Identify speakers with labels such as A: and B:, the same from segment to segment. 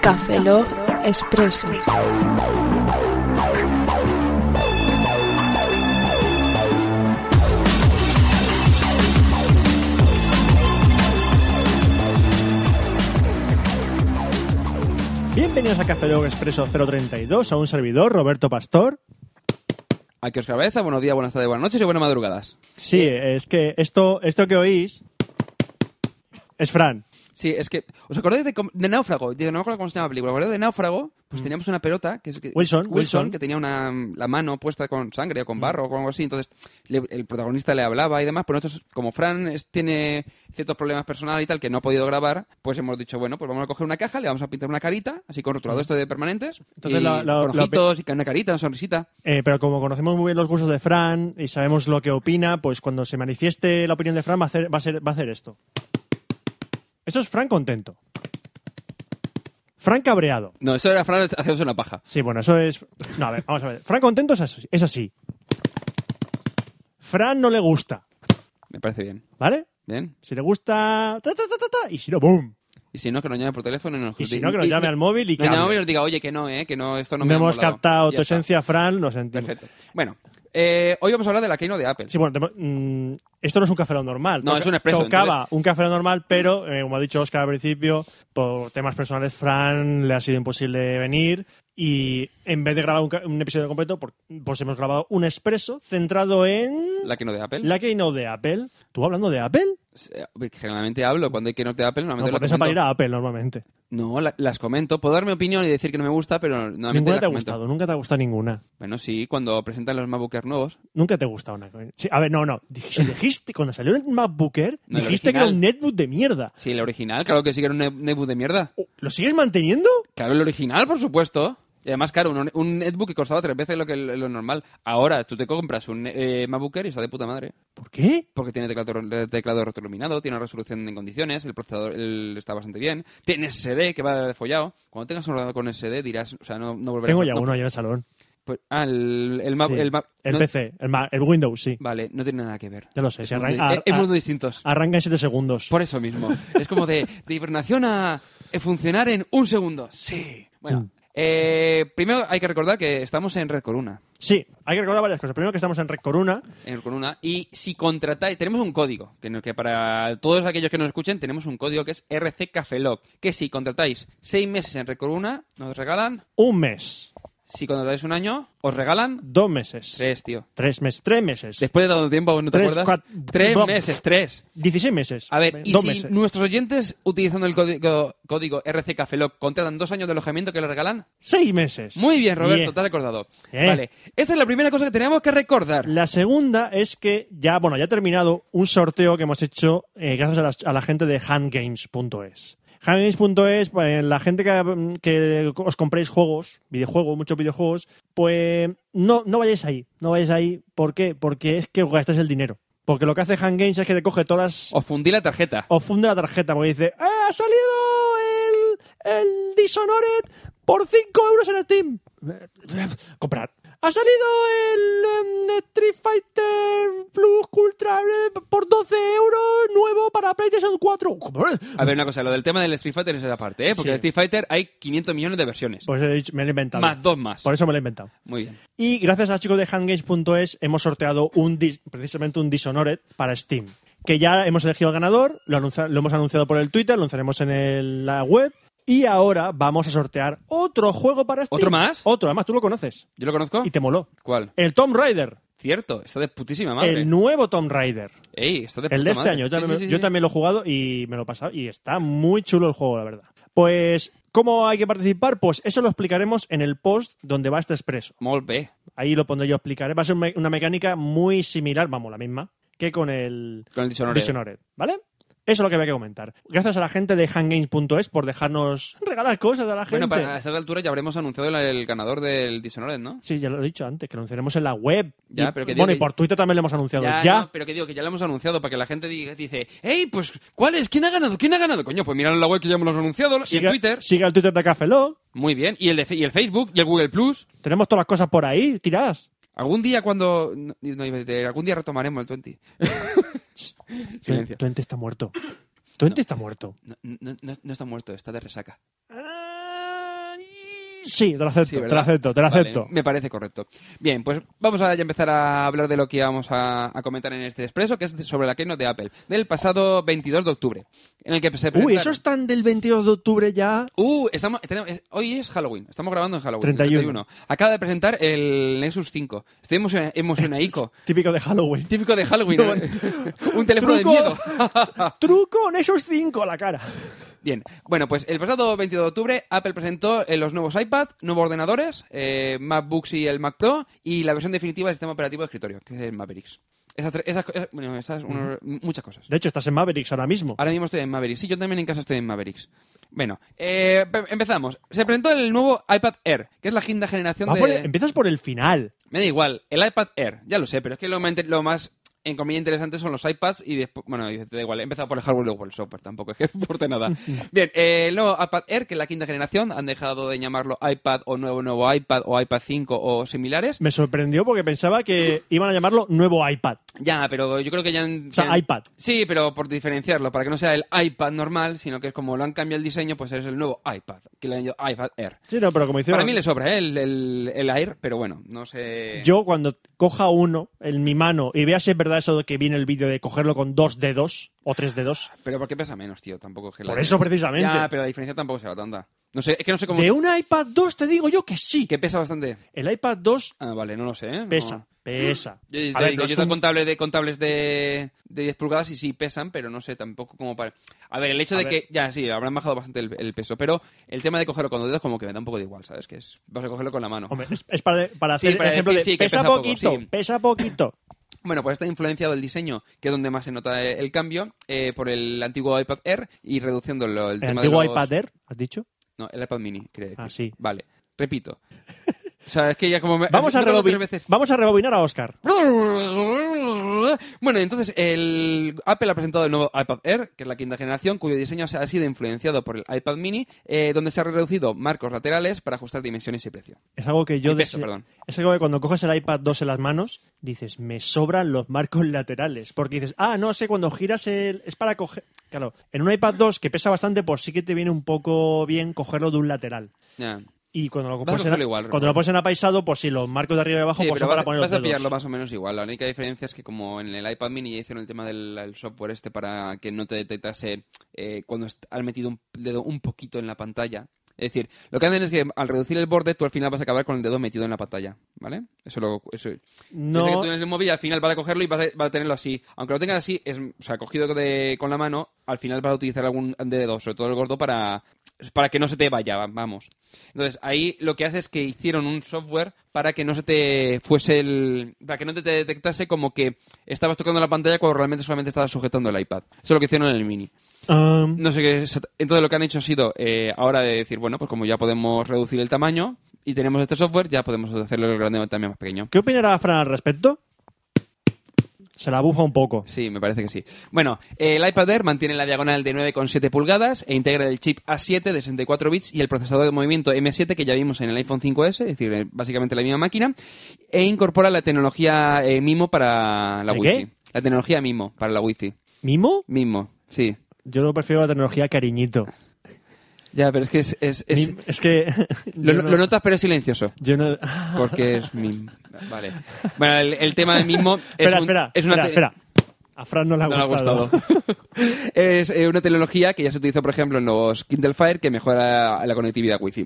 A: Café Log Expreso.
B: Bienvenidos a Café Log Expreso 032, a un servidor, Roberto Pastor.
C: Aquí Oscar Baeza, buenos días, buenas tardes, buenas noches y buenas madrugadas.
B: Sí, es que esto, esto que oís es Fran.
C: Sí, es que. ¿Os acordáis de, com- de Náufrago? Digo, no me acuerdo cómo se llama la película. ¿Os acordáis de Náufrago? Pues teníamos una pelota. Que, es que-
B: Wilson, Wilson.
C: que tenía una, la mano puesta con sangre o con barro o algo así. Entonces, le- el protagonista le hablaba y demás. Pero nosotros, como Fran es- tiene ciertos problemas personales y tal que no ha podido grabar, pues hemos dicho, bueno, pues vamos a coger una caja, le vamos a pintar una carita, así con rotulador esto de permanentes.
B: Entonces,
C: y
B: la- la-
C: con
B: la-
C: ojitos y con una carita, una sonrisita.
B: Eh, pero como conocemos muy bien los gustos de Fran y sabemos lo que opina, pues cuando se manifieste la opinión de Fran va a hacer, va a ser- va a hacer esto. Eso es Fran contento. Fran cabreado.
C: No, eso era Fran haciéndose una paja.
B: Sí, bueno, eso es. No, a ver, vamos a ver. Fran contento es así. es así. Fran no le gusta,
C: Me parece bien.
B: ¿vale?
C: ¿Bien?
B: Si le gusta. ta, ta, ta, ta, ta, y si no, ¡boom!
C: Y si no, que nos llame por teléfono Pues y nos
B: Y si no, que nos llame al móvil y que
C: nos llame
B: hable.
C: y nos diga, oye, que no, eh, que no, esto no
B: No
C: me ha
B: hemos
C: molado.
B: captado
C: Ya
B: tu
C: está.
B: esencia, Fran, lo sentimos.
C: Perfecto. Bueno, eh, hoy vamos a hablar de la Keynote de Apple.
B: Sí, bueno, te- mm, esto no es un café Lock normal.
C: No,
B: Toca-
C: es un expreso,
B: Tocaba un café Lock normal, pero, eh, como ha dicho Oscar al principio, por temas personales, Fran le ha sido imposible venir. Y en vez de grabar un, ca- un episodio completo, por- pues hemos grabado un expreso centrado en
C: La Keynote de Apple.
B: la keynote de Apple. ¿Tú hablando de Apple?
C: Eh, Generalmente hablo cuando hay Keynote de Apple.
B: No,
C: Normalmente
B: porque
C: la
B: esa para ir
C: comento.
B: a Apple normalmente.
C: No, la- las comento. Puedo dar mi opinión y decir que no me gusta, pero normalmente
B: Ninguna
C: las
B: te ha
C: comento.
B: gustado, nunca te ha gustado ninguna.
C: Bueno, sí, cuando presentan los MacBook Air nuevos.
B: Nunca te ha gustado una cosa. Sí, a ver, no, no. Dij- Dijiste, cuando salió el MacBooker,
C: No, el
B: dijiste que era un
C: original.
B: netbook de mierda.
C: Sí, el original, claro que sí que era un ne- netbook de mierda.
B: ¿Lo sigues manteniendo?
C: Claro, el original, por supuesto. Y además, claro, un, un netbook que costaba tres veces lo que lo normal. Ahora tú te compras un eh, MacBook Air y está de puta madre.
B: ¿Por qué?
C: Porque tiene teclado, eh, teclado retroiluminado, tiene una resolución en condiciones, el procesador el- está bastante bien, tiene SD que va de follado. Cuando tengas un ordenador con SD dirás, o sea, no, no volverás
B: Tengo
C: no-
B: ya
C: no-
B: uno allá en el salón.
C: pues- ah, el, el map.
B: Sí,
C: el map-
B: el
C: no-
B: PC, el, ma- el Windows, sí.
C: Vale, no tiene nada que ver.
B: Ya lo sé,
C: Es
B: si
C: mundo-
B: arranca-
C: eh, es
B: ar-
C: mundo
B: ar-
C: distintos.
B: Arranca en 7 segundos.
C: Por eso mismo. es como de, de hibernación a eh, funcionar en un segundo. Sí. Bueno,
B: Mm.
C: eh, primero hay que recordar que estamos en Red Corona.
B: Sí, hay que recordar varias cosas. Primero que estamos en Red Corona.
C: en Corona. Y si contratáis, tenemos un código, que, no- que para todos aquellos que nos escuchen, tenemos un código que es RCCafelog, que si contratáis seis meses en Recoruna, nos regalan,
B: Un mes,
C: si contratáis un año, os regalan
B: dos meses,
C: tres, tío.
B: tres meses, tres meses,
C: Después de tanto tiempo, ¿no te
B: Tres,
C: acuerdas?
B: cuat-
C: tres
B: bro-
C: meses, tres.
B: 16 meses.
C: A ver, y
B: dos
C: si
B: meses.
C: nuestros oyentes utilizando el código, código RCCafelog contratan dos años de alojamiento que les regalan,
B: Seis meses.
C: muy bien, Roberto,
B: Bien.
C: te has recordado.
B: Bien.
C: Vale, esta es la primera cosa que tenemos que recordar.
B: La segunda es que ya, bueno, ya ha terminado un sorteo que hemos hecho eh, gracias a, las- a la gente de handgames.es. Handgames.es, pues, la gente que, mm, que os compréis juegos, videojuegos, muchos videojuegos, pues no, no vayáis ahí, no vayáis ahí. ¿Por qué? Porque es que os gastáis el dinero. Porque lo que hace Handgames es que te coge todas las...
C: Os fundí la tarjeta.
B: O funde la tarjeta, porque dice, "Ah, ha salido el, el Dishonored por 5 euros en Steam. Comprar. Ha salido el em, Street Fighter Plus Ultra eh, por 12 euros nuevo para PlayStation 4.
C: A ver, una cosa, lo del tema del Street Fighter es la parte, ¿eh? Porque
B: Sí.
C: el Street Fighter hay 500 millones de versiones.
B: Pues he dicho- me lo he inventado.
C: más dos más.
B: Por eso me lo he inventado.
C: Muy bien.
B: Y gracias a los chicos de handgames.es hemos sorteado un dis- precisamente un Dishonored para Steam. Que ya hemos elegido al ganador, lo, anuncia- lo hemos anunciado por el Twitter, lo anunciaremos en el- la web. Y ahora vamos a sortear otro juego para Steam.
C: ¿Otro más? Ah.
B: Otro, además tú lo conoces.
C: ¿Yo lo conozco?
B: Y te moló.
C: ¿Cuál?
B: El Tomb Raider.
C: Cierto, está de putísima madre.
B: El nuevo Tomb Raider.
C: Ey, está de
B: El
C: puta
B: de este
C: madre.
B: año. Yo,
C: Sí,
B: también,
C: sí, sí,
B: yo
C: sí.
B: también lo he jugado y me lo he pasado. Y está muy chulo el juego, la verdad. Pues, ¿cómo hay que participar? Pues eso lo explicaremos en el post donde va este expreso.
C: Molt bé.
B: Ahí lo pondré yo, explicaré. Va a ser una- una mecánica muy similar, vamos, la misma, que con el
C: Con el Dishonored.
B: Dishonored, ¿vale? Eso es lo que había que comentar. Gracias a la gente de handgames.es por dejarnos regalar cosas a la gente.
C: Bueno, para esa altura ya habremos anunciado el, el ganador del Dishonored, ¿no?
B: Sí, ya lo he dicho antes, que lo anunciaremos en la web.
C: Ya,
B: Y-
C: pero que digo
B: bueno, y
C: que-
B: por Twitter también lo hemos anunciado. Ya,
C: no, pero que digo que ya lo hemos anunciado para que la gente diga- dice, hey, pues, ¿cuál es? ¿Quién ha ganado? ¿Quién ha ganado? Coño, pues míralo en la web que ya hemos anunciado y en
B: siga,
C: Twitter.
B: siga el Twitter de Café Lock.
C: Muy bien. Y el, de, fe- y el Facebook y el Google Plus.
B: Tenemos todas las cosas por ahí, tirás.
C: Algún día cuando... no, no, iba a decir, algún día retomaremos el 20. Silencio.
B: Twente está muerto. Twente está muerto.
C: No, no- no- no está muerto, está de resaca.
B: Ah, Sí, te lo acepto,
C: Sí,
B: te
C: ¿verdad?
B: lo acepto, te lo
C: Vale,
B: acepto.
C: me parece correcto. Bien, pues vamos a ya empezar a hablar de lo que íbamos a, a comentar en este expreso, que es sobre la Keynote de Apple, del pasado 22 de octubre, en el que se
B: Uy,
C: presentaron-
B: eso es tan del 22 de octubre ya.
C: Uh, estamos, tenemos- es- hoy es Halloween, estamos grabando en Halloween. el
B: 31.
C: Acaba de presentar el Nexus 5. Estoy emociona- emocionadico.
B: Típico de Halloween.
C: Típico de Halloween.
B: No,
C: ¿no? Un teléfono de
B: Truco.
C: miedo.
B: Truco en esos cinco a la cara.
C: Bien, bueno, pues el pasado 22 de octubre Apple presentó eh, los nuevos iPad, nuevos ordenadores, eh, MacBooks y el Mac Pro, y la versión definitiva del sistema operativo de escritorio, que es el Mavericks. Esas, tres- esas co- esas- bueno, esas uno- muchas cosas.
B: De hecho, estás en Mavericks ahora mismo.
C: Ahora mismo estoy en Mavericks. Sí, yo también en casa estoy en Mavericks. Bueno, eh, pe- empezamos. Se presentó el nuevo iPad Air, que es la quinta generación
B: Va
C: de...
B: por el- empiezas por el final.
C: Me da igual, el iPad Air, ya lo sé, pero es que lo más, inter- lo más inconveniente interesante son los iPads y después, bueno, y te da igual, he empezado por el hardware y luego por el software, tampoco es que importe nada. Bien, eh, el nuevo iPad Air, que es la quinta generación, han dejado de llamarlo iPad o nuevo nuevo iPad o iPad 5 o similares.
B: Me sorprendió porque pensaba que iban a llamarlo nuevo iPad.
C: Ya, pero yo creo que ya... han-
B: O sea,
C: ya han-
B: iPad.
C: Sí, pero por diferenciarlo, para que no sea el iPad normal, sino que es como lo han cambiado el diseño, pues es el nuevo iPad, que le han llamado iPad Air.
B: Sí, no, pero como hicieron.
C: Para mí le sobra ¿eh? el, el, el Air, pero bueno, no sé...
B: Yo cuando coja uno en mi mano y vea si es verdad eso de que viene el vídeo de cogerlo con dos dedos o tres dedos,
C: Pero porque pesa menos, tío, tampoco es que Ah, la-
B: por eso precisamente.
C: Ya, pero la diferencia tampoco será tanta. No sé, es que no sé cómo.
B: De un iPad 2 te digo yo que sí.
C: Que pesa bastante.
B: El iPad 2
C: Ah, vale, no lo sé, ¿eh? No.
B: pesa, pesa.
C: Yo, yo
B: A
C: te
B: ver, no
C: digo, yo
B: es
C: tengo
B: como-
C: contable de contables de, de 10 pulgadas y sí pesan, pero no sé tampoco como para. A ver, el hecho
B: A
C: de
B: ver.
C: que. Ya, sí, habrán bajado bastante el, el peso, pero el tema de cogerlo con los dedos como que me da un poco de igual, ¿sabes? Que es. Vas a cogerlo con la mano.
B: Hombre, es, es para, para
C: Sí,
B: hacer
C: para
B: ejemplo
C: decir,
B: de
C: sí, que
B: pesa,
C: pesa poco,
B: poquito,
C: sí.
B: pesa poquito.
C: Bueno, pues está influenciado el diseño, que es donde más se nota el cambio, eh, por el antiguo iPad Air y reduciendo el,
B: El,
C: tema
B: antiguo
C: de los...
B: iPad Air, ¿has dicho?
C: No, el iPad mini, creo.
B: Ah,
C: decir.
B: sí.
C: Vale, repito. O sea, es que ya como me...
B: Vamos a,
C: me he acordado tres
B: rebobin-
C: veces.
B: Vamos a rebobinar a Oscar.
C: Bueno, entonces el Apple ha presentado el nuevo iPad Air, que es la quinta generación, cuyo diseño se ha sido influenciado por el iPad Mini, eh, donde se han reducido marcos laterales para ajustar dimensiones y precio.
B: Es algo que yo
C: Y peso,
B: dese-
C: perdón.
B: Es algo que cuando coges el iPad 2 en las manos, dices, me sobran los marcos laterales. Porque dices, ah, no sé, cuando giras el. Es para coger. Claro, en un iPad 2 que pesa bastante, pues sí que te viene un poco bien cogerlo de un lateral.
C: Ya.
B: Y cuando lo
C: a
B: pones, en,
C: cogerlo igual,
B: cuando lo
C: Ramón.
B: pones en apaisado, pues sí, los marcos de arriba y abajo
C: Sí,
B: pues son para
C: pero vas,
B: poner
C: vas
B: los
C: a
B: dedos.
C: pillarlo más o menos igual. La única diferencia es que como en el iPad Mini ya hicieron el tema del el software este para que no te detectase eh, cuando est- has metido un dedo un poquito en la pantalla. Es decir, lo que hacen es que al reducir el borde tú al final vas a acabar con el dedo metido en la pantalla, ¿vale? Eso lo... Eso, Piensa que tú
B: No,
C: tienes el móvil y al final vas a cogerlo y vas a, vas a tenerlo así. Aunque lo tengas así, es, o sea, cogido de- con la mano, al final vas a utilizar algún dedo, sobre todo el gordo, para, para que no se te vaya, va- vamos. Entonces, ahí lo que hace es que hicieron un software para que no se te fuese el... para que no te, te detectase como que estabas tocando la pantalla cuando realmente solamente estabas sujetando el iPad. Eso es lo que hicieron en el mini.
B: um,
C: No sé qué. es- Entonces lo que han hecho ha sido eh, ahora de decir, bueno, pues como ya podemos reducir el tamaño y tenemos este software, ya podemos hacerlo el grande también más pequeño.
B: ¿Qué opinará Fran al respecto? Se la bufa un poco.
C: Sí, me parece que sí. Bueno, eh, el iPad Air mantiene la diagonal de 9,7 pulgadas e integra el chip A7 de 64 bits y el procesador de movimiento M7 que ya vimos en el iPhone 5S, es decir, eh, básicamente la misma máquina, e incorpora la tecnología eh, MIMO para la
B: ¿De
C: Wi-Fi.
B: qué?
C: La tecnología MIMO para la Wi-Fi.
B: ¿Mimo?
C: MIMO, sí.
B: Yo lo prefiero la tecnología cariñito.
C: Ya, pero es que es... es- es-
B: Mim- es que.
C: lo,
B: yo no-
C: lo notas, pero es silencioso.
B: yo no-
C: Porque es MIMO. Vale. Bueno, el, el tema de MIMO... es
B: espera,
C: un-
B: espera,
C: es una
B: espera,
C: te-
B: espera. A Fran no le ha
C: No le ha
B: gustado.
C: gustado. es eh, una tecnología que ya se utilizó, por ejemplo, en los Kindle Fire, que mejora la conectividad Wi-Fi.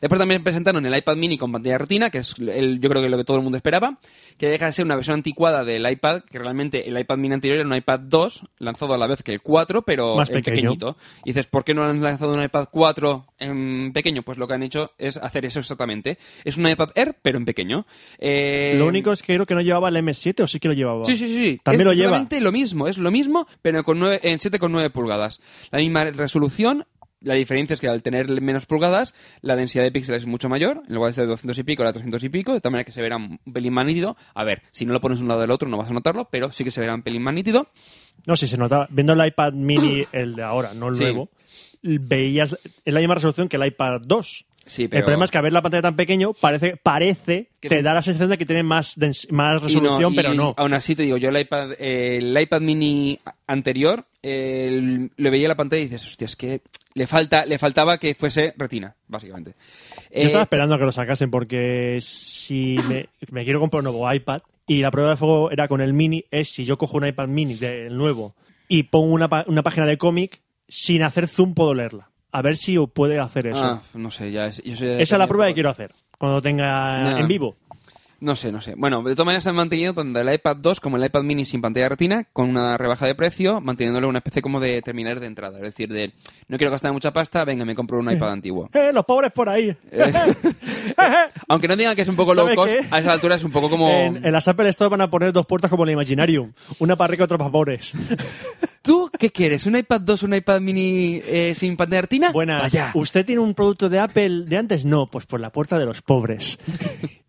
C: Después también presentaron el iPad mini con pantalla retina, que es el- yo creo que lo que todo el mundo esperaba, que deja de ser una versión anticuada del iPad, que realmente el iPad mini anterior era un iPad 2, lanzado a la vez que el 4, pero
B: Más
C: en
B: pequeño.
C: pequeñito. Y dices, ¿por qué no han lanzado un iPad 4 en pequeño? Pues lo que han hecho es hacer eso exactamente. Es un iPad Air, pero en pequeño. Eh,
B: Lo único es que creo que no llevaba el M7 o sí que lo llevaba.
C: Sí, sí, sí, sí.
B: También lo
C: es
B: lleva.
C: exactamente lo mismo, es lo mismo, pero con nueve, en 7,9 pulgadas. La misma resolución, la diferencia es que al tener menos pulgadas, la densidad de píxeles es mucho mayor, en lugar de ser 200 y pico, la 300 y pico, de tal manera que se verá un pelín más nítido. A ver, si no lo pones un lado del otro no vas a notarlo, pero sí que se verá un pelín más nítido.
B: No, sí, se notaba. Viendo el iPad mini, el de ahora, no el
C: Sí.
B: nuevo, veías. Es la misma resolución que el iPad 2.
C: Sí, pero-
B: El problema es que al ver la pantalla tan pequeño parece, parece
C: Que
B: te
C: es-
B: da la sensación de que tiene más, dens- más
C: Y no,
B: resolución,
C: y
B: pero no.
C: Aún así te digo, yo el iPad, eh, el iPad mini anterior eh, le veía la pantalla y dices, hostia, es que le, falta, le faltaba que fuese retina, básicamente.
B: Yo estaba
C: Eh,
B: esperando a que lo sacasen porque si me, me quiero comprar un nuevo iPad y la prueba de fuego era con el mini, es si yo cojo un iPad mini del nuevo y pongo una, pa- una página de cómic, sin hacer zoom puedo leerla. A ver si puede hacer eso.
C: ah, no sé, ya es, yo soy de-
B: Esa es la prueba que
C: por-
B: quiero hacer cuando tenga
C: No.
B: en vivo.
C: No sé, no sé. Bueno, de todas maneras se han mantenido tanto el iPad 2 como el iPad mini sin pantalla retina, con una rebaja de precio, manteniéndole una especie como de terminar de entrada. Es decir, de no quiero gastar mucha pasta, venga, me compro un iPad antiguo. Eh,
B: ¡Eh, los pobres por ahí!
C: Aunque no digan que es un poco low
B: ¿Sabe
C: cost,
B: qué?
C: a esa altura es un poco como...
B: En, en las Apple Store van a poner dos puertas como en el Imaginarium. Una para ricos, otra para pobres.
C: ¿Tú qué quieres? ¿Un iPad 2, un iPad mini eh, sin pantalla retina?
B: Buenas.
C: Vaya.
B: ¿Usted tiene un producto de Apple de antes? No, pues por la puerta de los pobres.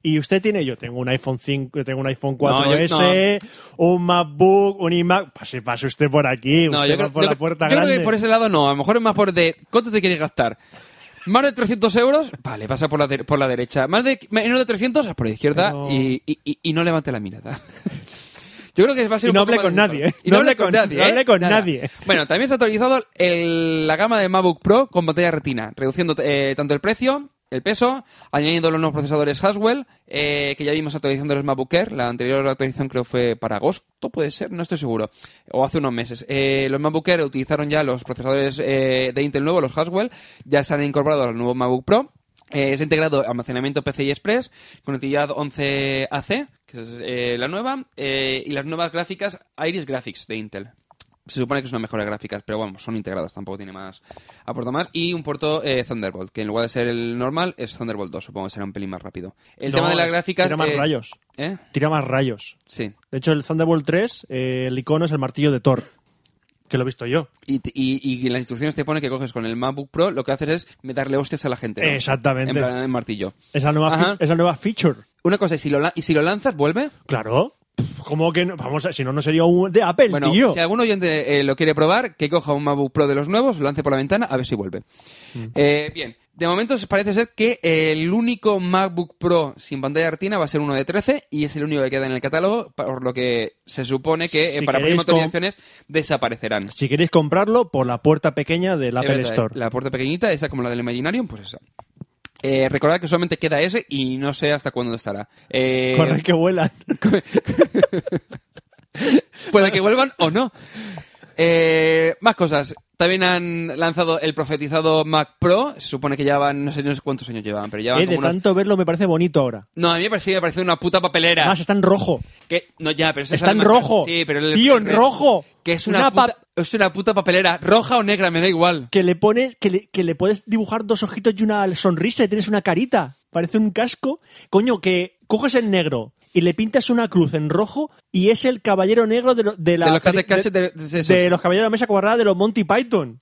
B: ¿Y usted tiene? Yo tengo un iPhone 5, yo tengo un iPhone 4S, un MacBook, un iMac. Pase, pase usted por aquí.
C: No,
B: usted
C: yo
B: va
C: creo,
B: por la
C: yo creo-
B: puerta
C: yo creo
B: grande.
C: que por ese lado no. A lo mejor es más por de... ¿Cuánto te quieres gastar? ¿Más de 300 euros? Vale, pasa por la, de- por la derecha. ¿Más de, menos de 300? Haz por la izquierda
B: Pero-
C: y, y- y- y no levante la mirada. Yo creo que va a ser
B: Y
C: un
B: no
C: poco
B: hable
C: más
B: con
C: de-
B: nadie, ¿eh?
C: Y no
B: No
C: hable
B: hable
C: con
B: con-
C: nadie.
B: no
C: ¿eh?
B: hable con
C: Nada.
B: nadie.
C: Bueno, también se ha actualizado el- la gama de MacBook Pro con pantalla retina, reduciendo eh, tanto el precio, el peso, añadiendo los nuevos procesadores Haswell, eh, que ya vimos actualizando los MacBook Air. La anterior actualización creo fue para agosto, puede ser, no estoy seguro, o hace unos meses. Eh, los MacBook Air utilizaron ya los procesadores eh, de Intel nuevo, los Haswell, ya se han incorporado al nuevo MacBook Pro. Eh, se ha integrado almacenamiento PCI Express, conectividad 11AC, que es eh, la nueva, eh, y las nuevas gráficas Iris Graphics de Intel. Se supone que es una mejora gráfica, pero vamos, son integradas, tampoco tiene más. Aporta más. Y un puerto eh, Thunderbolt, que en lugar de ser el normal, es Thunderbolt 2, supongo que será un pelín más rápido. El
B: No,
C: tema de las
B: es-
C: gráficas.
B: Tira más
C: eh,
B: rayos.
C: ¿eh?
B: Tira más rayos.
C: Sí.
B: De hecho, el Thunderbolt 3, eh, el icono es el martillo de Thor. Que lo he visto yo.
C: Y, te- y, y en las instrucciones te pone que coges con el MacBook Pro, lo que haces es me darle hostias a la gente. ¿no?
B: Exactamente.
C: En plan, en martillo.
B: Esa nueva,
C: Ajá.
B: fe- esa nueva feature.
C: Una cosa, ¿y si lo, la- y si lo lanzas, vuelve?
B: Claro. Como que no? Vamos, a- si no, no sería un de Apple,
C: Bueno,
B: tío.
C: si algún oyente eh, lo quiere probar, que coja un MacBook Pro de los nuevos, lo lance por la ventana, a ver si vuelve.
B: Mm.
C: Eh, bien, de momento parece ser que el único MacBook Pro sin pantalla retina va a ser uno de 13 y es el único que queda en el catálogo, por lo que se supone que eh,
B: Si
C: para
B: queréis
C: próximas
B: com-
C: actualizaciones desaparecerán.
B: Si queréis comprarlo, por la puerta pequeña del
C: Es
B: Apple
C: verdad, eh,
B: Store.
C: La puerta pequeñita, esa como la del Imaginarium, pues esa. Eh, recordad que solamente queda ese y no sé hasta cuándo estará. Eh,
B: Corre que vuelan.
C: Puede que vuelvan o no. Eh, más cosas. También han lanzado el profetizado Mac Pro. Se supone que ya van, no sé, no sé cuántos años llevan, pero ya van
B: Eh, de
C: como unos-
B: tanto verlo me parece bonito ahora.
C: No, a mí me parece, me parece una puta papelera.
B: Además, está en rojo.
C: Que- No, ya, pero ese
B: Está en
C: sale más-
B: rojo.
C: Sí, pero el-
B: Tío, en
C: el-
B: rojo.
C: Que es una,
B: pa-
C: puta, es una puta papelera, roja o negra, me da igual.
B: que le pones, que le, que le puedes dibujar dos ojitos y una sonrisa y tienes una carita. Parece un casco. Coño, que coges el negro y le pintas una cruz en rojo y es el caballero negro de, lo- de la
C: de los
B: peli-
C: catecaches
B: de-
C: de, de esos.
B: de los caballeros de la mesa cuadrada de los Monty Python.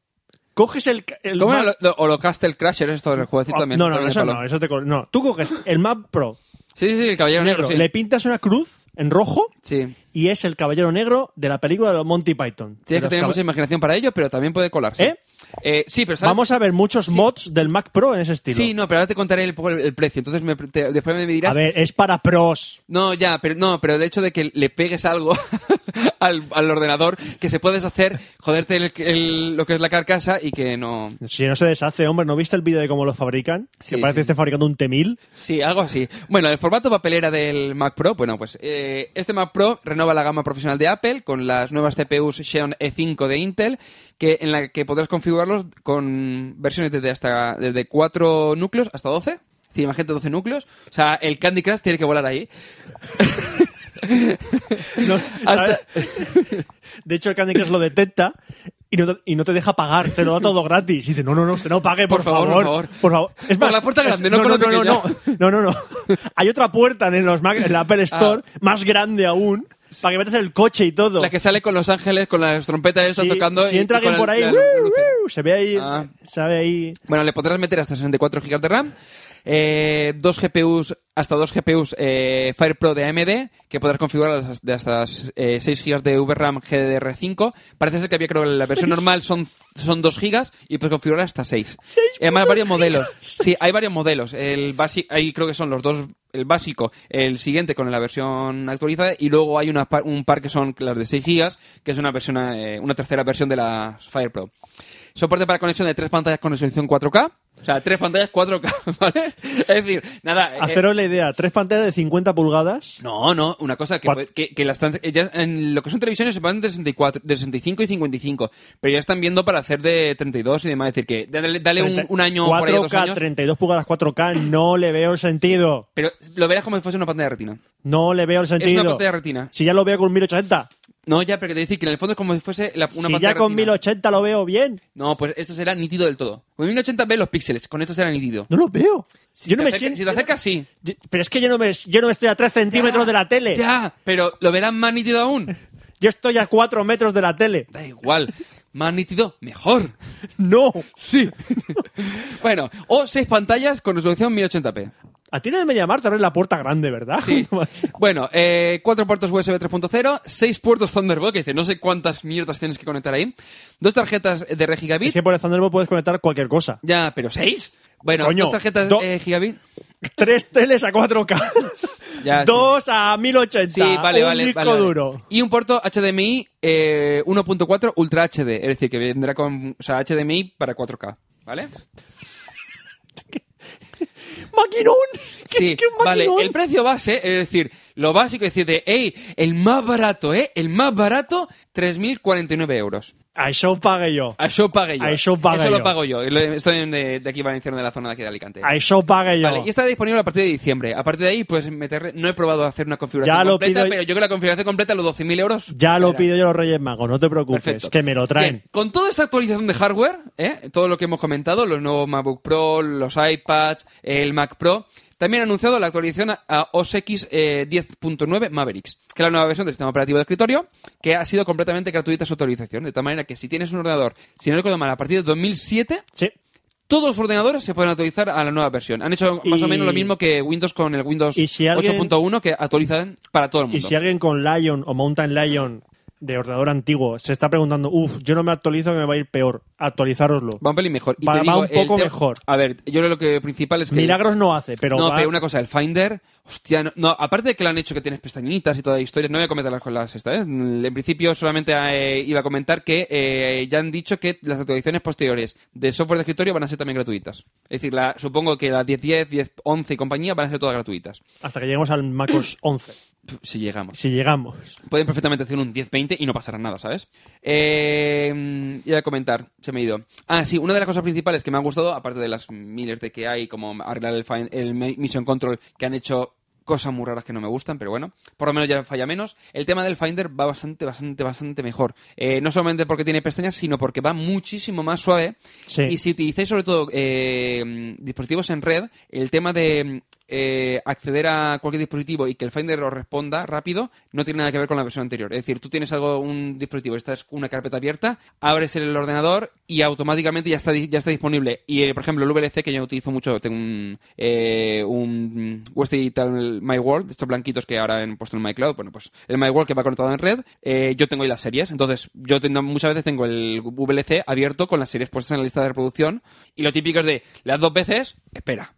B: Coges el, el
C: ¿Cómo era
B: Mac-
C: lo- lo- o los Castle Crashers, esto del jueguecito
B: Ah,
C: también.
B: no, no,
C: también
B: eso
C: de palo.
B: no, eso te col- no. Tú coges el Map Pro
C: Sí, sí, sí, el caballero negro,
B: negro,
C: sí.
B: le pintas una cruz en rojo
C: Sí.
B: y es el caballero negro de la película de los Monty Python. De
C: Tienes que
B: los
C: tener
B: cab-
C: mucha imaginación para ello, pero también puede colarse.
B: ¿Eh?
C: Eh, sí, pero ¿sabes?
B: Vamos a ver muchos
C: Sí.
B: mods del Mac Pro en ese estilo.
C: Sí, no, pero ahora te contaré el, el- el precio. Entonces me- te- después me dirás.
B: a ver, es para pros.
C: No, ya, pero no, pero el hecho de que le pegues algo al, al ordenador que se puede deshacer, joderte el- el- lo que es la carcasa y que no.
B: Si no se deshace, hombre, ¿no viste el vídeo de cómo lo fabrican?
C: Sí,
B: que parece
C: sí.
B: que estén fabricando un T-1000.
C: Sí, algo así. Bueno, el formato papelera del Mac Pro, bueno, pues eh, este Mac Pro renova la gama profesional de Apple con las nuevas CPUs Xeon E5 de Intel, que en la que podrás configurarlos con versiones desde hasta desde 4 núcleos hasta 12. Sí, imagínate 12 núcleos. O sea, el Candy Crush tiene que volar ahí.
B: No,
C: Hasta-
B: ¿sabes? De hecho, el Candy Crush lo detecta y no, te, y no te deja pagar, te lo da todo gratis. Y dice, no, no, no, usted no pague, por,
C: Por favor, por favor.
B: por favor. Es
C: Por
B: más,
C: la puerta
B: es-
C: grande, no por
B: no,
C: la
B: no, no, no, no, no, no. Hay otra puerta en, los Mac- en la
C: Ah.
B: Apple Store, más grande aún, para que metas el coche y todo.
C: La que sale con Los Ángeles, con las trompetas está
B: si,
C: tocando.
B: si
C: y-
B: entra
C: y con
B: alguien por ahí,
C: el- la-
B: ¡wiu,
C: la-
B: wiu! se ve ahí,
C: Ah.
B: sabe ahí...
C: Bueno, le podrás meter hasta 64 GB de RAM. eh, dos GPUs, hasta dos GPUs eh, FirePro de AMD, que podrás configurar las- de hasta eh, 6 GB de VRAM GDDR5. Parece ser que había, creo que la versión normal son, son 2 GB y puedes configurar hasta 6. Y Además, varios modelos. Sí, hay varios modelos. El básico, ahí creo que son los dos, el básico, el siguiente con la versión actualizada, y luego hay una par- un par que son las de 6 GB, que es una, versión, eh, una tercera versión de la FirePro. Soporte para conexión de tres pantallas con resolución 4K. O sea, tres pantallas 4K, ¿vale? Es decir, nada. eh,
B: Haceros la idea, tres pantallas de 50 pulgadas.
C: no, no, una cosa que,
B: Cuat-
C: que, que la están- ya en lo que son televisiones se van de 64, de 65 y 55, pero ya están viendo para hacer de 32 y demás, es decir que dale, dale un,
B: 30
C: un año por ahí,
B: 4K,
C: dos años,
B: 32 pulgadas 4K, no le veo el sentido.
C: pero lo verás como si fuese una pantalla de retina.
B: No le veo el
C: Es
B: sentido.
C: una pantalla de retina.
B: Si ya lo veo con 1080.
C: No, ya, pero que te decir que en el fondo es como si fuese la- una
B: si
C: pantalla
B: ya con
C: retina.
B: 1080 lo veo bien.
C: No, pues esto será nítido del todo. Con 1080 ves los píxeles, con esto será nítido.
B: No lo veo.
C: Si
B: yo no
C: te
B: me
C: acerca-
B: siento-
C: si te acercas, sí.
B: Yo- Pero es que yo no me, yo no estoy a 3 centímetros de la tele.
C: Ya, pero lo verás más nítido aún.
B: Yo estoy a 4 metros de la tele.
C: Da igual. Más nítido, mejor.
B: No.
C: Sí. bueno, o seis pantallas con resolución 1080p.
B: A ti en el MediaMar te abres la puerta grande, ¿verdad?
C: Sí. Bueno, eh, cuatro puertos USB 3.0, seis puertos Thunderbolt, que dice, no sé cuántas mierdas tienes que conectar ahí. Dos tarjetas de red
B: es
C: gigabit.
B: que por el Thunderbolt puedes conectar cualquier cosa.
C: Ya, pero seis. Bueno,
B: Coño,
C: dos tarjetas
B: do-
C: eh, gigabit.
B: Tres teles a 4K.
C: Ya, sí.
B: Dos a 1080.
C: Sí, vale,
B: un
C: vale.
B: disco
C: vale, vale.
B: duro.
C: Y un puerto HDMI eh, 1.4 Ultra HD, es decir, que vendrá con o sea, HDMI para 4K, ¿vale?
B: ¡Maquinón! ¿Qué,
C: Sí,
B: qué
C: vale,
B: maquinón!
C: el precio base, es decir, lo básico es decir, de, hey, el más barato, ¿eh? El más barato, 3.049 euros.
B: A eso pagué yo.
C: A eso pague yo.
B: A eso pague
C: lo
B: yo.
C: pago yo. Lo- Estoy en, de, de aquí valenciano de la zona de aquí de Alicante.
B: A eso pagué yo.
C: Vale, y está disponible a partir de diciembre. A partir de ahí, pues meter, no he probado hacer una configuración
B: Ya lo
C: completa,
B: pido-
C: pero yo creo que la configuración completa, los 12.000 euros.
B: Ya lo
C: era.
B: pido yo a los Reyes Magos, no te preocupes,
C: Perfecto.
B: que me lo traen.
C: Bien, con toda esta actualización de hardware, ¿eh? todo lo que hemos comentado, los nuevos MacBook Pro, los iPads, el Mac Pro, también han anunciado la actualización a- a OS X eh, 10.9 Mavericks, que es la nueva versión del sistema operativo de escritorio, que ha sido completamente gratuita su actualización, de tal manera que si tienes un ordenador, si no recuerdo mal, a partir de 2007,
B: Sí.
C: todos los ordenadores se pueden actualizar a la nueva versión. Han hecho más
B: Y-
C: o menos lo mismo que Windows con el Windows
B: Y si alguien-
C: 8.1, que actualizan para todo el mundo.
B: Y si alguien con Lion o Mountain Lion de ordenador antiguo se está preguntando, uff, yo no me actualizo que me va a ir peor, actualizároslo.
C: Va un pelín mejor. Y
B: Va-
C: te
B: va
C: digo,
B: un poco
C: el te-
B: mejor.
C: A ver, yo creo que lo que principal es que...
B: Milagros no hace, pero,
C: no,
B: va-
C: pero una cosa, el Finder, hostia, no, no, aparte de que lo han hecho que tienes pestañitas y toda la historia, no voy a comentarlas con las estas, ¿eh? En principio solamente eh, iba a comentar que eh, ya han dicho que las actualizaciones posteriores de software de escritorio van a ser también gratuitas. Es decir, la, supongo que las 10.10, 10.11 y compañía van a ser todas gratuitas.
B: hasta que lleguemos al MacOS 11,
C: Pf, Si llegamos.
B: si llegamos.
C: Pueden perfectamente hacer un 10-20 y no pasará nada, ¿sabes? Eh, iba a comentar, se me ha ido. Ah, sí, una de las cosas principales que me han gustado, aparte de las miles de que hay, como arreglar el, fin- el mi- Mission Control, que han hecho cosas muy raras que no me gustan, pero bueno, por lo menos ya falla menos. El tema del Finder va bastante, bastante, bastante mejor. Eh, no solamente porque tiene pestañas, sino porque va muchísimo más suave.
B: Sí.
C: Y si utilizáis sobre todo eh, dispositivos en red, el tema de eh, acceder a cualquier dispositivo y que el Finder os responda rápido no tiene nada que ver con la versión anterior. Es decir, tú tienes algo, un dispositivo, esta es una carpeta abierta, abres el ordenador y automáticamente ya está, di- ya está disponible. Y eh, por ejemplo, el VLC que yo utilizo mucho, tengo un, eh, un West Digital My World, estos blanquitos que ahora han puesto en MyCloud, bueno, pues el My World que va conectado en red, eh, yo tengo ahí las series. Entonces, yo tengo- muchas veces tengo el VLC abierto con las series puestas en la lista de reproducción y lo típico es de las dos veces, espera.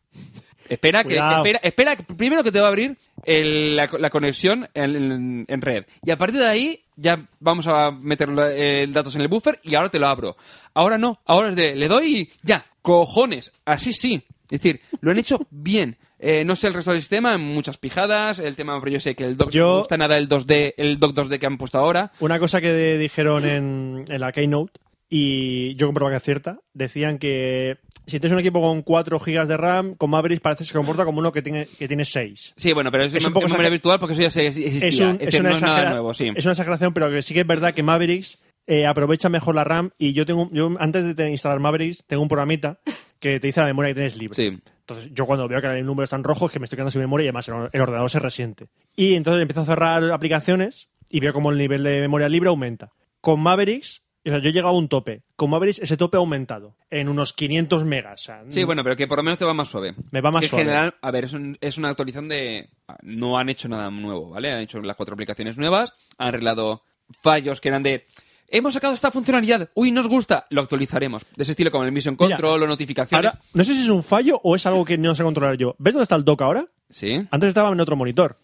C: Espera que,
B: Cuidado.
C: espera, espera que- primero que te va a abrir el- la, la conexión en, en- en red. Y a partir de ahí ya vamos a meter la- el datos en el buffer y ahora te lo abro. Ahora no, ahora es de, le doy y ya, cojones, así sí. Es decir, lo han hecho bien. Eh, no sé el resto del sistema, muchas pijadas, el tema, pero yo sé que el doc
B: Yo-
C: no me gusta nada el 2D, el doc 2D que han puesto ahora.
B: Una cosa que de- dijeron en, en la Keynote, y yo comprobaba que es cierta, decían que si tienes un equipo con 4 GB de RAM, con Mavericks parece que se comporta como uno que tiene, que tiene 6.
C: Sí, bueno, pero es,
B: Es un
C: mem-
B: poco
C: es memoria
B: exager-
C: virtual porque eso ya se- existía.
B: es, un-
C: Es
B: es
C: decir,
B: una
C: no es nada
B: exagera-
C: nuevo, sí.
B: es una exageración, pero que sí que es verdad que Mavericks eh, aprovecha mejor la RAM y yo tengo yo antes de te- instalar Mavericks tengo un programita que te dice la memoria que tienes libre.
C: Sí.
B: Entonces yo cuando veo que el número está en rojo es que me estoy quedando sin memoria y además el, or- el ordenador se resiente. Y entonces empiezo a cerrar aplicaciones y veo como el nivel de memoria libre aumenta. Con Mavericks O sea, yo he llegado a un tope. Como veréis, ese tope ha aumentado en unos 500 megas. O sea,
C: Sí, bueno, pero que por lo menos te va más suave.
B: Me va más
C: Que en
B: suave.
C: general, a ver, es, un- es una actualización de... No han hecho nada nuevo, ¿vale? Han hecho las cuatro aplicaciones nuevas, han arreglado fallos que eran de... Hemos sacado esta funcionalidad, uy, nos gusta, lo actualizaremos. De ese estilo como el Mission
B: Mira,
C: Control o notificaciones.
B: Ahora, no sé si es un fallo o es algo que no sé controlar yo. ¿Ves dónde está el dock ahora?
C: Sí,
B: Antes estaba en otro monitor.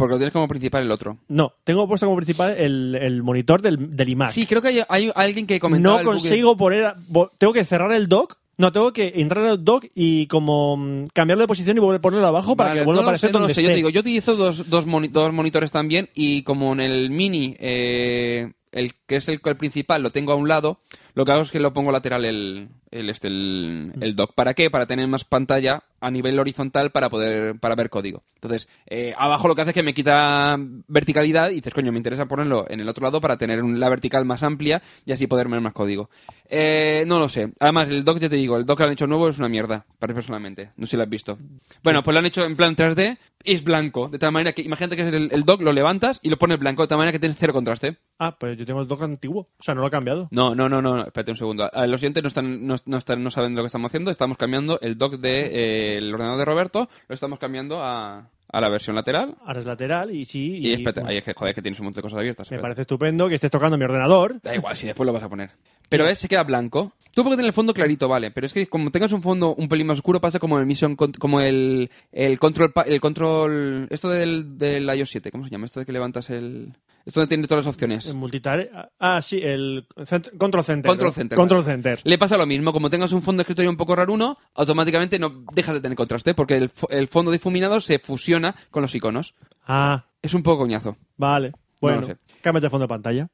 C: porque lo tienes como principal el otro.
B: No, tengo puesto como principal el, el monitor del, del iMac.
C: Sí, creo que hay, hay alguien que comentaba...
B: Ah, no
C: el bug de-
B: consigo poner. a- bo- Tengo que cerrar el dock. No, tengo que entrar al dock y como mm, cambiarlo de posición y volver a ponerlo abajo para
C: Vale,
B: que vuelva
C: no
B: a
C: lo
B: aparecer
C: sé, no lo
B: donde
C: sé.
B: esté.
C: Yo te digo, yo utilizo dos, dos, moni- dos monitores también y como en el mini, eh, el que es el, el principal, lo tengo a un lado, lo que hago es que lo pongo lateral el, el, este, el, el dock. ¿Para qué? Para tener más pantalla a nivel horizontal para poder para ver código. Entonces, eh, abajo lo que hace es que me quita verticalidad y dices, coño, me interesa ponerlo en el otro lado para tener un- la vertical más amplia y así poder ver más código. Eh, no lo sé. Además, el dock, ya te digo, el dock que han hecho nuevo es una mierda, para mí personalmente. No sé si lo has visto. Bueno, pues lo han hecho en plan 3D y es blanco. De tal manera que, imagínate que es el, el dock lo levantas y lo pones blanco, de tal manera que tienes cero contraste.
B: Ah, pues yo tengo el dock antiguo. O sea, no lo he cambiado.
C: No, no, no, no, no, espérate un segundo. A- Los oyentes no, están, no, no están, no saben lo que estamos haciendo. Estamos cambiando el dock del de, eh, el ordenador de Roberto, lo estamos cambiando a, a la versión lateral.
B: Ahora es lateral y sí.
C: Y, espérate,
B: bueno,
C: ahí es que, joder, que tienes un montón de cosas
B: me
C: abiertas. espérate.
B: parece estupendo que estés tocando mi ordenador.
C: Da igual, si después lo vas a poner. Pero ves, se queda blanco. Tú porque tienes el fondo clarito, vale. Pero es que como tengas un fondo un pelín más oscuro, pasa como el Mission Con- como el, el control pa- el control. Esto del, del iOS 7, ¿cómo se llama? Esto de que levantas el. Esto donde tienes todas las opciones.
B: El multitare. Ah, sí, el cent- Control Center.
C: Control Center,
B: Control Center.
C: Le pasa lo mismo, como tengas un fondo de escritorio un poco raruno, automáticamente no dejas de tener contraste, porque el, fo- el fondo difuminado se fusiona con los iconos.
B: Ah,
C: Es un poco coñazo.
B: vale. Bueno,
C: No lo sé.
B: cámbiate el fondo de pantalla.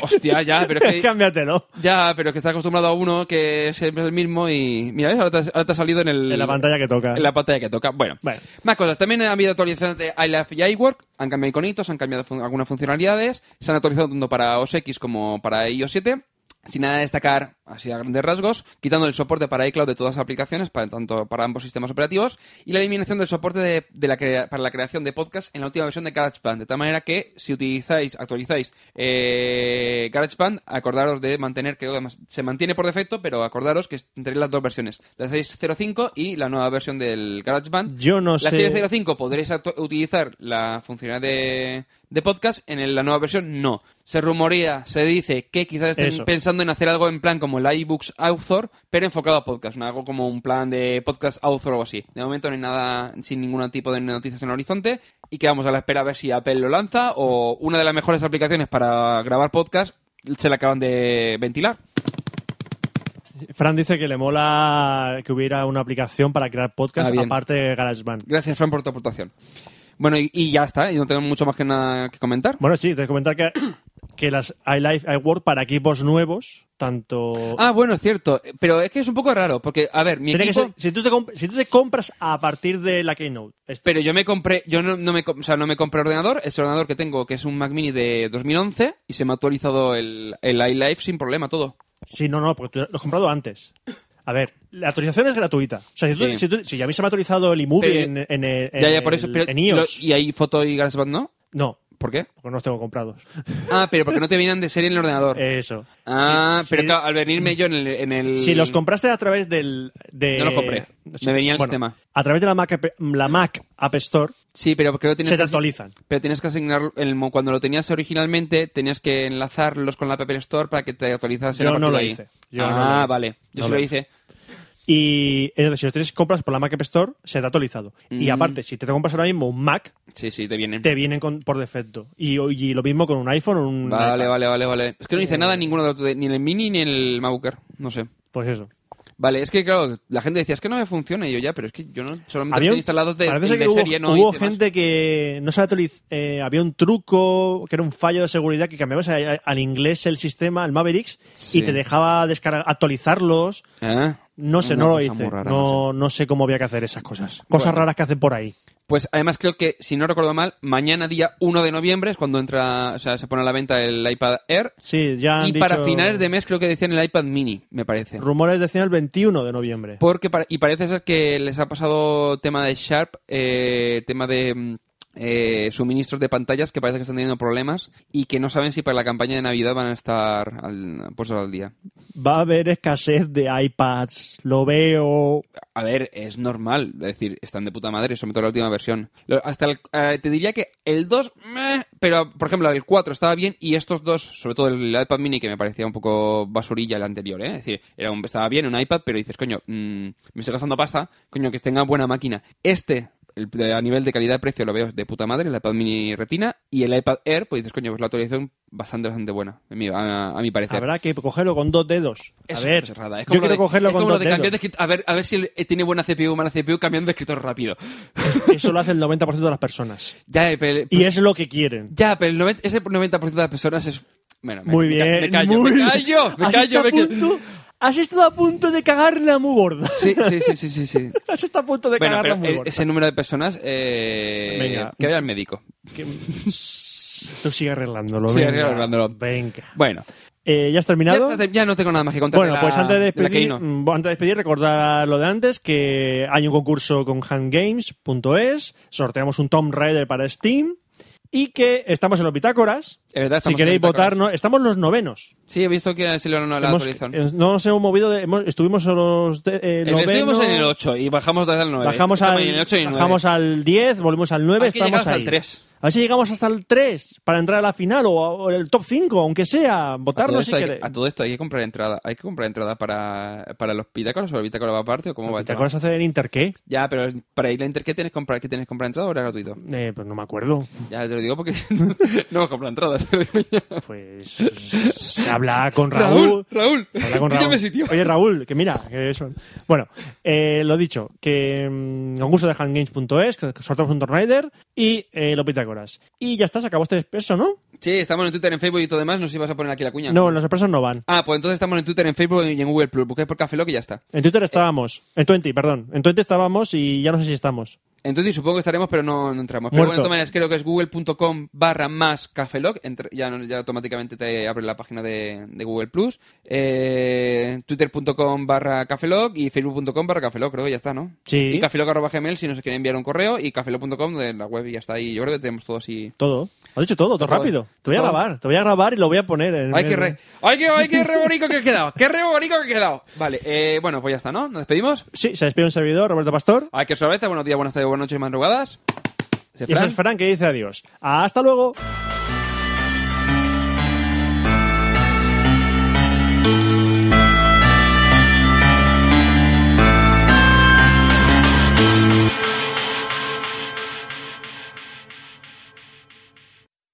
C: Hostia, ya, pero es que
B: Cámbiatelo.
C: Ya, pero que está acostumbrado a uno que siempre es el mismo y... Mira, ¿ves? Ahora te, has- ahora te ha salido en, el,
B: En la pantalla que toca.
C: en la pantalla que toca. Bueno.
B: Vale.
C: Más cosas. También han habido actualizaciones de iLife y iWork. Han cambiado iconitos, han cambiado fun- algunas funcionalidades. Se han actualizado tanto para OS X como para iOS 7. Sin nada de destacar, así a grandes rasgos, quitando el soporte para iCloud de todas las aplicaciones, para, tanto para ambos sistemas operativos, y la eliminación del soporte de- de la crea- para la creación de podcast en la última versión de GarageBand. De tal manera que si utilizáis, actualizáis eh, GarageBand, acordaros de mantener, creo que además se mantiene por defecto, pero acordaros que tendréis las dos versiones, la 6.05 y la nueva versión del GarageBand.
B: Yo no
C: La
B: sé.
C: serie 05 podréis actu- utilizar la funcionalidad de, de podcast, en el- la nueva versión no. Se rumorea, se dice que quizás estén
B: Eso.
C: pensando en hacer algo en plan como el iBooks Author, pero enfocado a podcast, ¿no? algo como un plan de podcast author o algo así. De momento no hay nada, sin ningún tipo de noticias en el horizonte, y quedamos a la espera a ver si Apple lo lanza o una de las mejores aplicaciones para grabar podcast se la acaban de ventilar.
B: Fran dice que le mola que hubiera una aplicación para crear podcast
C: Ah, bien.
B: aparte de GarageBand.
C: Gracias, Fran, por tu aportación. Bueno, y, y ya está, y no tengo mucho más que nada que comentar.
B: Bueno, sí, te comentar que, que las iLife, iWork para equipos nuevos, tanto.
C: Ah, bueno, es cierto. Pero es que es un poco raro, porque, a ver, mi
B: Tiene que
C: equipo...
B: ser- si, tú te comp- si tú te compras a partir de la Keynote, este-
C: Pero yo me compré, yo no, no me, com- o sea, no me compré ordenador. Ese ordenador que tengo, que es un Mac Mini de 2011, y se me ha actualizado el, el iLife sin problema, todo.
B: Sí, no, no, porque tú lo has comprado antes. A ver, la actualización es gratuita. O sea, si, tú-
C: Sí.
B: si tú- si ya a mí se me ha actualizado el iMovie
C: Pero-
B: en, en, en-
C: ya, ya, por eso. Pero,
B: en iOS.
C: lo- y ahí foto y GarageBand no.
B: No,
C: ¿Por qué?
B: porque no los tengo comprados.
C: Ah, pero porque no te vienen de serie en el ordenador.
B: Eso.
C: ah,
B: Eh, Sí,
C: pero
B: sí.
C: claro, al venirme yo en el... en el-
B: Si los compraste a través del. de-
C: No los compré. Me venía el sistema.
B: A través de la Mac, App- la Mac App Store
C: Sí, pero creo que tienes
B: se te
C: que-
B: actualizan.
C: Pero tienes que asignar, el mo- cuando lo tenías originalmente, tenías que enlazarlos con la Apple Store para que te actualizase
B: Yo
C: la
B: no
C: partida
B: lo
C: ahí.
B: hice. Yo
C: ah,
B: no lo hice.
C: vale. Yo
B: No
C: sí
B: lo
C: lo hice.
B: Y entonces, si los tienes compras por la Mac App Store, se te ha actualizado. Y
C: Mm.
B: aparte, si te compras ahora mismo un Mac,
C: Sí, sí, te vienen.
B: te vienen con- por defecto. Y, y lo mismo con un iPhone o un.
C: Vale,
B: iPad.
C: vale, vale, vale. Es que no hice
B: Eh.
C: nada en ninguno de los de- ni en el mini ni en
B: Ah.
C: el MacBook Air. No sé.
B: Pues eso.
C: Vale, es que claro, la gente decía, es que no me funciona. Y yo ya, pero es que yo no solamente
B: Había
C: los
B: un-
C: tenía instalados de,
B: parece
C: el
B: que
C: de
B: hubo,
C: serie, no
B: hubo
C: hice más.
B: gente que no se actualiz- eh, había un truco que era un fallo de seguridad que cambiabas a- a- al inglés el sistema, el Mavericks,
C: Sí.
B: y te dejaba descargar, actualizarlos.
C: Ah.
B: No sé,
C: Una
B: no lo
C: cosa
B: hice.
C: muy rara,
B: no,
C: no
B: no sé. cómo había que hacer esas cosas. Cosas
C: Bueno.
B: raras que hacen por ahí.
C: Pues además creo que, si no recuerdo mal, mañana día 1 de noviembre es cuando entra, o sea, se pone a la venta el iPad Air.
B: Sí, ya han
C: Y para
B: dicho-
C: finales de mes creo que decían el iPad mini, me parece.
B: Rumores decían el 21 de noviembre.
C: Porque para- y parece ser que les ha pasado tema de Sharp, eh, tema de mm, eh, suministros de pantallas que parece que están teniendo problemas y que no saben si para la campaña de Navidad van a estar al, puestos al día.
B: Va a haber escasez de iPads, lo veo.
C: A ver, es normal, es decir, están de puta madre, sobre todo la última versión. Lo- Hasta el- eh, te diría que el 2, meh, pero por ejemplo, el 4 estaba bien y estos dos, sobre todo el iPad mini que me parecía un poco basurilla el anterior, ¿eh? es decir, era un, estaba bien un iPad, pero dices, coño, mm, me estoy gastando pasta, coño, que tenga buena máquina. Este el- de- a nivel de calidad-precio lo veo de puta madre, el iPad mini retina y el iPad Air, pues dices, coño, pues la actualización bastante, bastante buena, a mi, a- a mi parecer.
B: Habrá que cogerlo con dos dedos. A
C: Eso
B: ver,
C: es chorrada. Es
B: yo
C: como lo
B: quiero
C: de-
B: cogerlo
C: es
B: con
C: como lo
B: dos
C: de cambiar de
B: dedos.
C: escritor- a ver, a ver si el- eh, tiene buena CPU o mala CPU cambiando de escritor rápido.
B: Eso lo hace el 90% de las personas.
C: Ya, eh, pero,
B: Y es lo que quieren.
C: ya, pero el 90, ese 90% de las personas es... Bueno, me,
B: Muy
C: me ca-
B: bien.
C: Me callo,
B: muy
C: me
B: bien.
C: callo, me
B: Has
C: callo.
B: estado
C: me
B: a
C: callo.
B: punto- Has estado a punto de cagarla muy gorda.
C: Sí, sí, sí, sí, sí. sí.
B: Has estado a punto de
C: Bueno,
B: cagarla
C: pero eh,
B: muy
C: el-
B: gorda.
C: ese número de personas eh,
B: Venga.
C: que vaya al médico.
B: Que- Tú sigue arreglándolo.
C: Sigue
B: venga.
C: arreglándolo.
B: Venga.
C: Bueno,
B: Eh, ¿Ya has
C: ya,
B: terminado?
C: está- ya no tengo nada más que contar.
B: Bueno,
C: de la-
B: pues antes de
C: la
B: despedir,
C: Keynote.
B: mm, antes de despedir, recordar lo de antes, que hay un concurso con handgames.es, sorteamos un Tomb Raider para Steam y que estamos en los bitácoras.
C: Es verdad,
B: si
C: estamos
B: queréis
C: en el bitácora.
B: votarnos, estamos los novenos.
C: Sí, he visto que se lo no la
B: Hemos-
C: actualizan.
B: eh, no nos hemos movido, de- hemos- estuvimos a los de- eh,
C: El- Estuvimos
B: noveno,
C: en el 8 y bajamos otra vez al 9.
B: bajamos,
C: Estamos
B: al,
C: en el 8 y en el 9.
B: bajamos al 10, volvimos al 9,
C: Hay que llegar
B: estamos
C: hasta el
B: ahí.
C: 3.
B: A ver si llegamos hasta el 3 para entrar a la final o, a- o el top 5, aunque sea,
C: A todo,
B: votarnos si
C: esto hay, que-
B: queréis.
C: a todo esto hay que comprar entrada. Hay que comprar entrada para, para los pitácoros o el bitácora va aparte o cómo va el tema?
B: ¿Bitácoras hace en Inter qué?
C: Ya, pero el- para ir a Inter, ¿qué tienes que comprar? ¿Qué tienes que comprar entrada o era gratuito?
B: Eh, pues no me acuerdo.
C: Ya te lo digo porque no me compro entradas.
B: Pues se habla con
C: Raúl,
B: Raúl.
C: Raúl,
B: se habla con Raúl.
C: píllame sitio.
B: Oye, Raúl, que mira, que eso. Bueno, eh, lo dicho, que mm, concurso de handgames.es, que sorteamos un Tomb Raider y eh, los Pitágoras. Y ya está, se acabó este expreso, ¿no?
C: Sí, estamos en Twitter, en Facebook y todo demás. No sé si vas a poner aquí la cuña.
B: No, los expresos no van.
C: Ah, pues entonces estamos en Twitter, en Facebook y en Google Plus. Busquéis por Café Lock y ya está.
B: En Twitter estábamos, en 20, perdón. En 20 estábamos y ya no sé si estamos.
C: En Twitter supongo que estaremos, pero no, no entramos. Pero
B: Muerto.
C: bueno, de todas maneras, creo que es google.com barra más Café Lock. Entra- ya, no- ya automáticamente te abre la página de, de Google Plus. Eh, Twitter.com barra Café Lock y Facebook.com barra Café Lock, creo que ya está, ¿no?
B: Sí.
C: Y cafeloc arroba gmail si nos quieren enviar un correo y cafeloc.com de la web y ya está. Y yo creo que tenemos todo así.
B: Todo. Has dicho todo, todo
C: Todo.
B: rápido. Te voy a
C: Todo.
B: grabar, te voy a grabar y lo voy a poner en.
C: ¡Ay, qué
B: en-
C: re, ay, qué, ay, qué re bonito que he quedado! ¡Qué re bonito que he quedado! Vale, eh, bueno, pues ya está, ¿no? Nos despedimos.
B: Sí, se despide un servidor, Roberto Pastor.
C: Ay, que os lo agradezca. Buenos días, buenas tardes, buenas noches y madrugadas. Se
B: Y ese es Fran que dice adiós. ¡Hasta luego!